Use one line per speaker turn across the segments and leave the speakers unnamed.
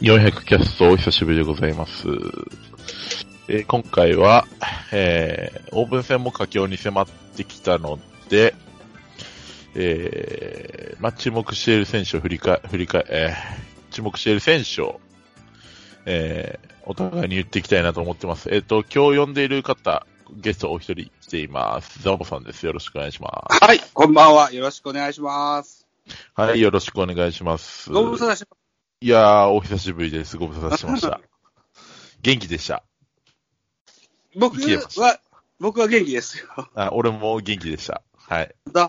400キャストお久しぶりでございます。えー今回は、えーオープン戦も佳境に迫ってきたので、えーまあ、注目している選手を振り返、振り返、えー注目している選手を、えーお互いに言っていきたいなと思ってます。えっ、と、今日呼んでいる方、ゲストお一人来ています。ザボさんです。よろしくお願いします。
はい、こんばんは。よろしくお願いします。
はい、よろしくお願いします。
ご無沙汰して
いやー、お久しぶりです。ご無沙汰してま した。元気でした。
ます。
いけます
僕は、僕は元気ですよ。
あ俺も元気でした。はい。
だ、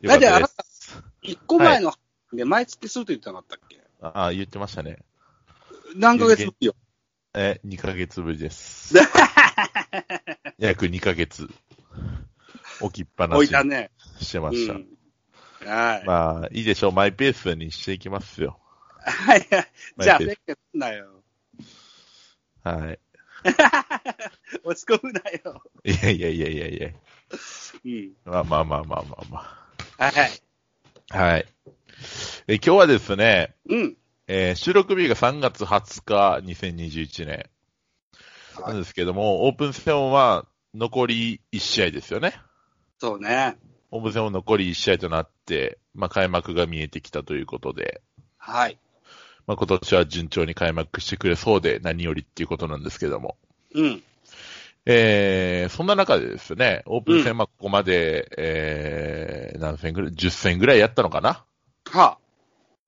よかった
だってあ
で
な
す。
一個前の、で、毎月すると言ってなかったっけ
ああ、言ってましたね。
何ヶ月ぶりよ。
え、2ヶ月ぶりです。約2ヶ月、置きっぱな
置い
した
ね。
してま
う
した。
ん。はい。
まあ、いいでしょう。マイペースにしていきますよ。
はい。 じゃあ、
マイペース
せっかくなよ。
はい。
落ち込むなよ。
いやいやいやいやいや。
うん。
まあまあまあまあまあま
はい。
あ。はい。え、今日はですね、
うん。
えー収録日が3月20日、2021年。
はい
なんですけども、オープン戦は残り1試合ですよね。
そうね。
オープン戦も残り1試合となって、まあ、開幕が見えてきたということで、
はい。
まあ、今年は順調に開幕してくれそうで何よりっていうことなんですけども。
うん。
えー、そんな中でですね、オープン
う
戦、まあ、ここまで、えー、何戦ぐらい、10戦ぐらいやったのかな
はあ。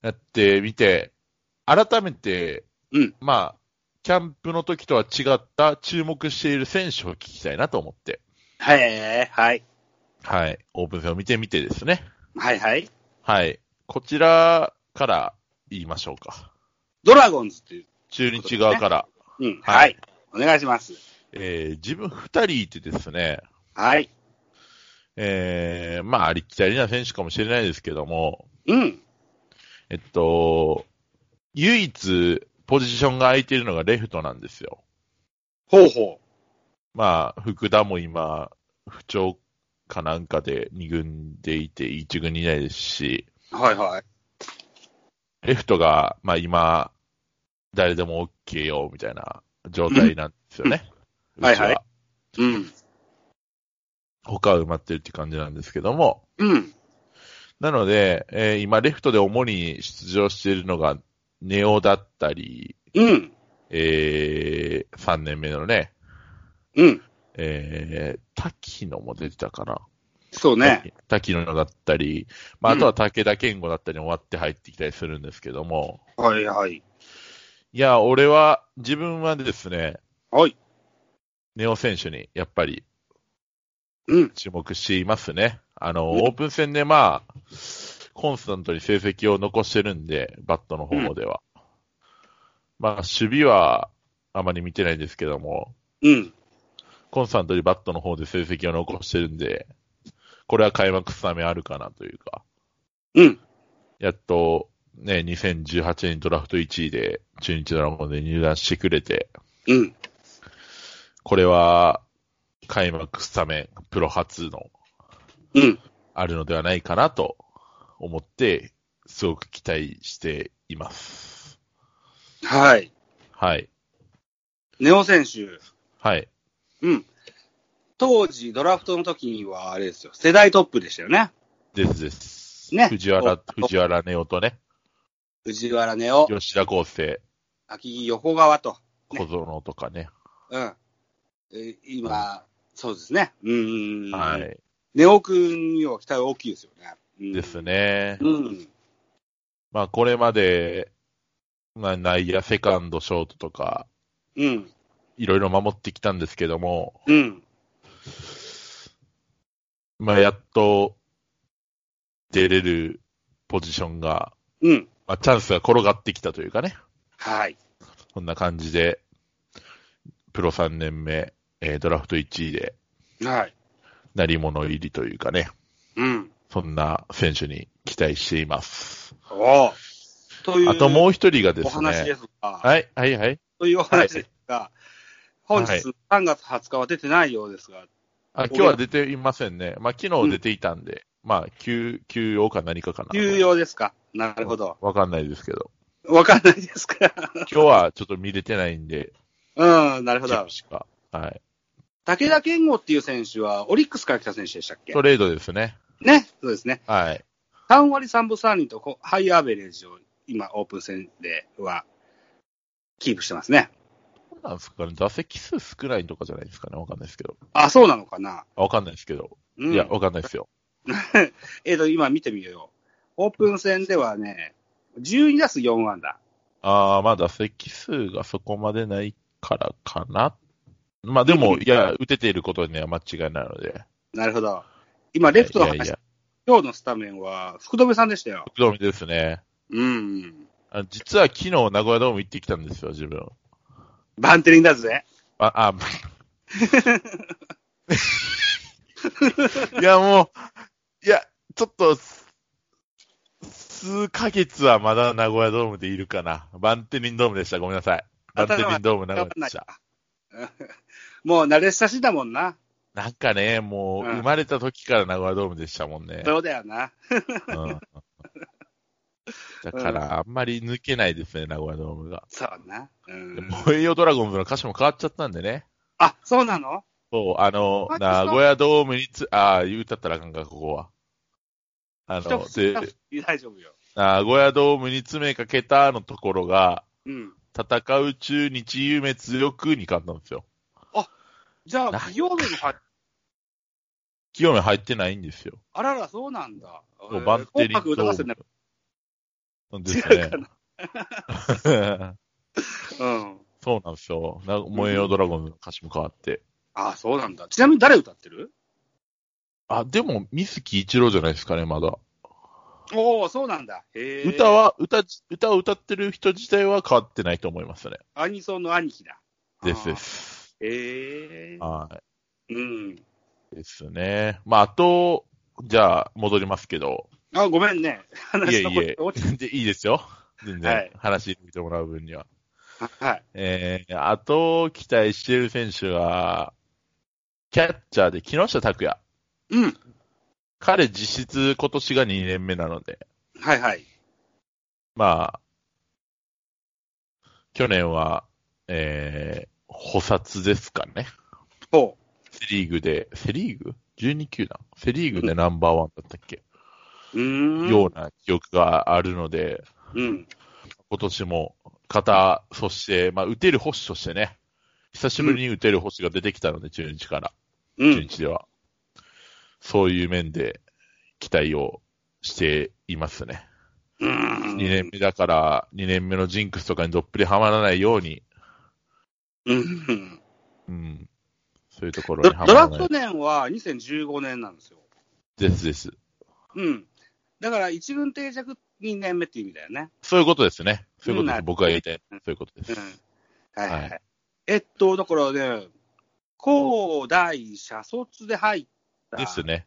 やってみて、改めて、
うん
まあ、キャンプの時とは違った注目している選手を聞きたいなと思って、
はい。はい。
はい、オープン戦を見てみてですね。
はいはい。
はい、こちらから言いましょうか。
ドラゴンズっていう。
中日側から、
うん。
は
はいい。お願いします。
えー自分二人いてですね、
はい。
えーまあ、ありきたりな選手かもしれないですけども、
うん。
えっと、唯一ポジションが空いているのがレフトなんですよ。
ほうほ
まあ、福田も今、不調かなんかで2軍でいて、1軍にいないですし、
う。はいはい。
レフトが、まあ今、誰でも OK よ、みたいな状態なんですよね。
うんはいはいう
ち
うん。
他は埋まってるって感じなんですけども。
うん。
なので、えー今、レフトで主に出場しているのが、ネオだったり、
うん。
えー、3年目のね、
うん。
えー、滝野も出てたかな。
そうね。
滝野だったり、まあ、
う
あ
ん
とは武田健吾だったりも割って入ってきたりするんですけども、
はいはい。
いや、俺は、自分はですね、
はい。
ネオ選手にやっぱり
うん。
注目していますね。あの、
うん
オープン戦でまあ、コンスタントに成績を残してるんで、バットの方では。まあ、守備はあまり見てないんですけども、
うん。
コンスタントにバットの方で成績を残してるんで、これは開幕スタメンあるかなというか。
うん。
やっと、ね、2018年ドラフト1位で、中日ドラゴンで入団してくれて、
うん。
これは、開幕スタメン、プロ初の、
うん。
あるのではないかなと思って、すごく期待しています。
はい。
はい。
ネオ選手。
はい。
うん。当時、ドラフトの時には、あれですよ。世代トップでしたよね。
ですです。
ね
藤原、
お
藤原ネオとね、
藤原ネオ、
吉田康生、
秋木横川と。
小園とかね。
うん。え今、そうですね。うん。
は。い。
ネオ君には期待大きいですよね。うん、
です。ね。
うん。
まあ、これまで、まあ、内野、セカンド、ショートとか、
うん。
いろいろ守ってきたんですけども、
うん。
まあ、やっと出れるポジションが、
うん。
まあ、チャンスが転がってきたというかね、
はい。
そんな感じで、プロ3年目、えードラフト1位で、
はい。
成り物入りというかね、
うん。
そんな選手に期待しています。
おうという。
あともう一人がで
お
す
話で
ね、
すが。
はい、はい、はい。
というお話ですが、本
はい
日3月20日は出てないようですが、
あ今日は出ていませんね。まあ、昨日出ていたんで、まあ、休、休養か何かかな。
休養ですかなるほど。
わかんないですけど。
わかんないですか。
今日はちょっと見れてないんで、
うん、なるほ
チェッ
ど
ク。しか。はい。
武田健吾っていう選手は、オリックスから来た選手でしたっけ
トレードですね。
ね、そうですね。
はい。
3割3分3厘とこうハイアベレージを今、オープン戦では、キープしてますね。
どうなんですかね打席数少ないとかじゃないですかねわかんないですけど。
あ、そうなのかな。
あわかんないですけど。
うん、
いや、わかんないですよ。
えっ、と、今見てみようよ。オープン戦ではね、12打数4安打。
ああ、まあ打席数がそこまでないからかな。まあで
う
も、
ん
いや、打てていることには間違いないので。
なるほど。今、レフトの
いやい
話、
や、
今日のスタメンは、福留さんでしたよ。
福留ですね。
うん。
あ実は昨日名古屋ドーム行ってきたんですよ、自分。
バンテリンだぜ。
あ、あ、 いや、もう、いや、ちょっと、す数ヶ月はまだ名古屋ドームでいるかな。バンテリンドームでした。ごめんなさい。バンテリンドーム名古屋でした。
もう慣れ親しんだもんな。
なんかね、もう、
うん
生まれた時から名古屋ドームでしたもんね。
そうだよな。
うんだから、あんまり抜けないですね、名古屋ドームが。
そうな。うん。
燃えよドラゴンズの歌詞も変わっちゃったんでね。
あ、そうなの
そう、あの、
変わ
名
ってそう
古屋ドームにつ、ああ、言うたったらあかんか、ここは。あ
一
の、
口
で、
大丈夫よ。
名古屋ドームに詰めかけたのところが、
うん。
戦う中日夢強くに勝ったんですよ。
じゃ
な
あ、企業面も入っ
清め入ってないんですよ。
あらら、そうなんだ。
そうバンテリン
紅白
ド
歌合戦
ー
だ
ム。そうです
違う
ね。
うん。
そうなんですよ。な燃えよドラゴンズの歌詞も変わって。
あそうなんだ。ちなみに誰歌ってる
あ、でも、水木一郎じゃないですかね、まだ。
おおそうなんだ。へえ。
歌は、歌、歌を歌ってる人自体は変わってないと思いますね。
アニソンの兄貴だ。
です
あ
で
ー
す。
へえ。
は
うん。
い。ですね。まあ、あと、じゃあ、戻りますけど。
あ、ごめんね。
いえ
話の
いえ
こ落ち、
で、いいですよ。全然、
はい
話見てもらう分には。
はい。
えー、あと、期待してる選手は、キャッチャーで木下拓也。
うん。
彼実質今年が2年目なので、
はいはい。
まあ、去年は、えー、補殺ですかね。
ほ
セリーグで、セリーグ ?12 球団セリーグでナンバーワンだったっけ、
う。うーん。
ような記憶があるので、
うん。
今年も肩、そして、まあ、打てる星としてね、久しぶりに打てる星が出てきたので、中日から、
う
中
ん。
日では。そういう面で期待をしていますね。
う
2
ん。
年目だから、2年目のジンクスとかにどっぷりはまらないように、
うん。
うん、そういうところ
ド
にはま
ド
ら
ラ
な
フ
い。
ト年は2015年なんですよ。
ですです。
うん。だから一軍定着2年目っていう意味だよね。
そういうことですね。そういうことで
う
す。
ん
僕が言いたい。そういうことです。
うん。はいはい。
は
はい、えっと、だからね、高大社卒で入った、
ですね。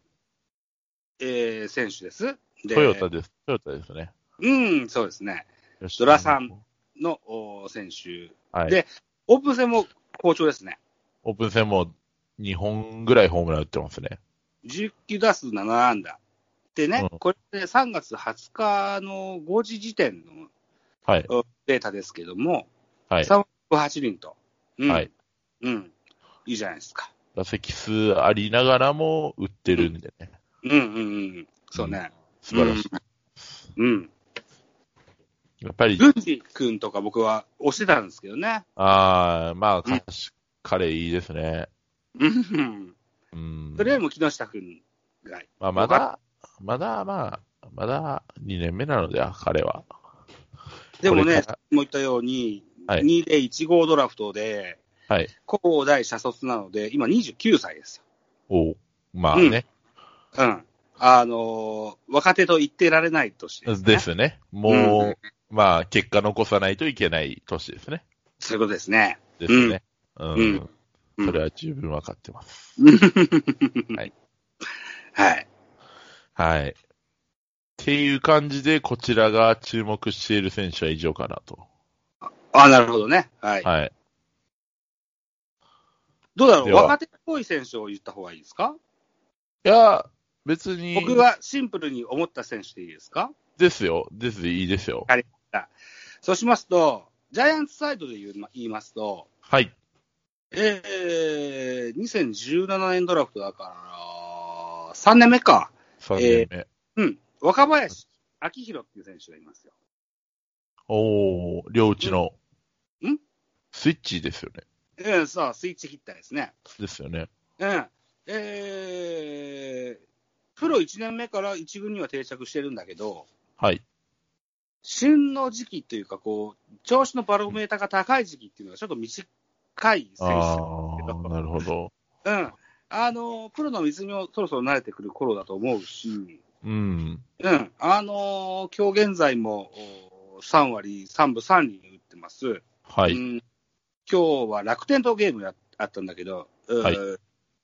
えー選手です。で
トヨタです。トヨタですね。
うん、そうですね。
吉
ドラさん。のお選手。
はい。
でオープン戦も好調ですね。
オープン戦も2本ぐらいホームラン打ってますね。
19打数7安打。でね、
うん
これで3月20日の5時時点の
はい。
おデータですけども、
はい。
3分8厘と。うん
はい。
うん。いいじゃないですか。
打席数ありながらも打ってるんでね。
うんうんうん。そうね。
素晴らしい。
うん。
やっぱり、
ルンジ君とか僕は押してたんですけどね。
ああ、まあ、
う
彼氏彼いいですね。
うん。
うん。
それよりも木下君が。
まあ、まだ、まだ、まあ、まだ2年目なので、あ彼は。
でも
これ
ね、
か
さっきも言ったように、
はい
2015ドラフトで、
はい。
高大社卒なので、今29歳です
おうまあね、
よ。うん。あのー若手と言ってられない年です、ね。
ですね。もう、まあ、結果残さないといけない年ですね。
そういうことですね。
ですね。うん。
うんうん
それは十分わかってます。い
はい。
はい。っていう感じで、こちらが注目している選手は以上かなと。
あ、なるほどね。はい。
はい。
どうだろう
では
若手っぽい選手を言った方がいいですか
いや、別に。
僕はシンプルに思った選手でいいですか
ですよ。です、いいですよ。
そうしますと、ジャイアンツサイドで言う言いますと、
はい。
えー、2017年ドラフトだから、3年目か。
3年目。
うん。若林明宏っていう選手がいますよ。
おー、両内の。
ん
スイッチですよね。
うん、そう、スイッチヒッターですね。
ですよね。
うん。えー、プロ1年目から1軍には定着してるんだけど、
はい。
旬の時期というか、こう、調子のバロメーターが高い時期っていうのがちょっと短い
あ
選手けど
ー、なるほど。
うん。あの、プロの水にもそろそろ慣れてくる頃だと思うし、
うん。
うん。あの、今日現在もお3割、3分3厘打ってます。
は
う
い。
ん、今日は楽天とゲームやあったんだけど、うん
はい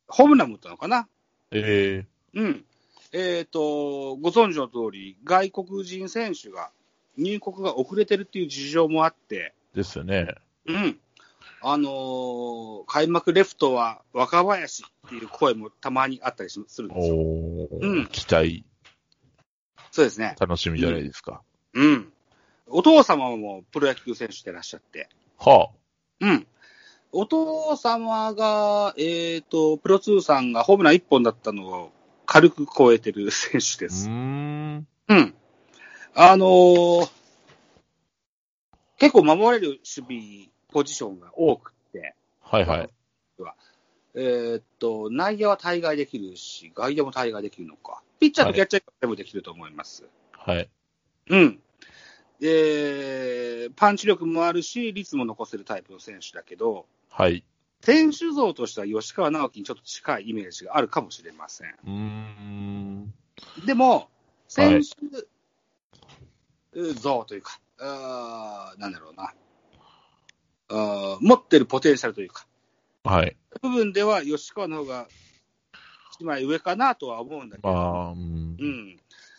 ホームランも打ったのかな
え
うん。えっ、と、ご存知の通り、外国人選手が、入国が遅れてるっていう事情もあって、
ー、ですよね。
うん。あのー開幕レフトは若林っていう声もたまにあったりしするんですよ。
おー、
うん
期待、
そうですね。
楽しみじゃないですか。
うん。お父様もプロ野球選手でいらっしゃって。
は
うん。お父様が、えっ、と、プロ通算がホームラン1本だったのを軽く超えてる選手
あ。う
です。
ーん。
うん。あのー結構守れる守備ポジションが多くて、
はいはい。
えーっと、内野は大概できるし、外野も大概できるのか。ピッチャーとキャッチャーでもできると思います。
はい。
うん。えーパンチ力もあるし、率も残せるタイプの選手だけど、
はい。
選手像としては吉川直樹にちょっと近いイメージがあるかもしれません。
うーん。
でも、選手像というか、あーなんだろうなあー、持ってるポテンシャルというか、
はい。
部分では吉川の方が一枚上かなとは思うんだけど、
まあ、うん
う。ん、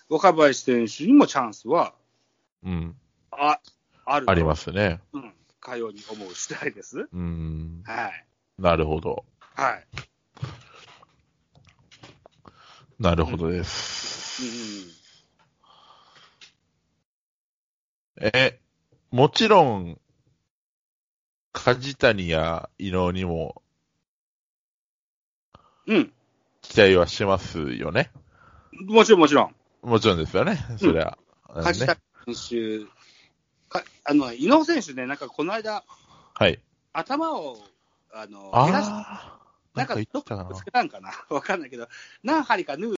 若林選手にもチャンスは
うん。
あある、
ありますすね。
うん、かように思う次第です。
うん。
はい。
なるほど。
はい。
なるほどで
う
す。
んうん
え、もちろん、梶谷や伊能にも
うん、
期待はしますよね。
うん。もちろんもちろん。
もちろんですよね。そりゃ。あのね
梶田選手、かあの、伊野尾選手ね、なんかこの間、
はい。
頭を、あの、怪我し
ああ。
なんか
言
ど
っ
っか
た
ぶ
な
つ。けたんかなわかんないけど、何針か縫う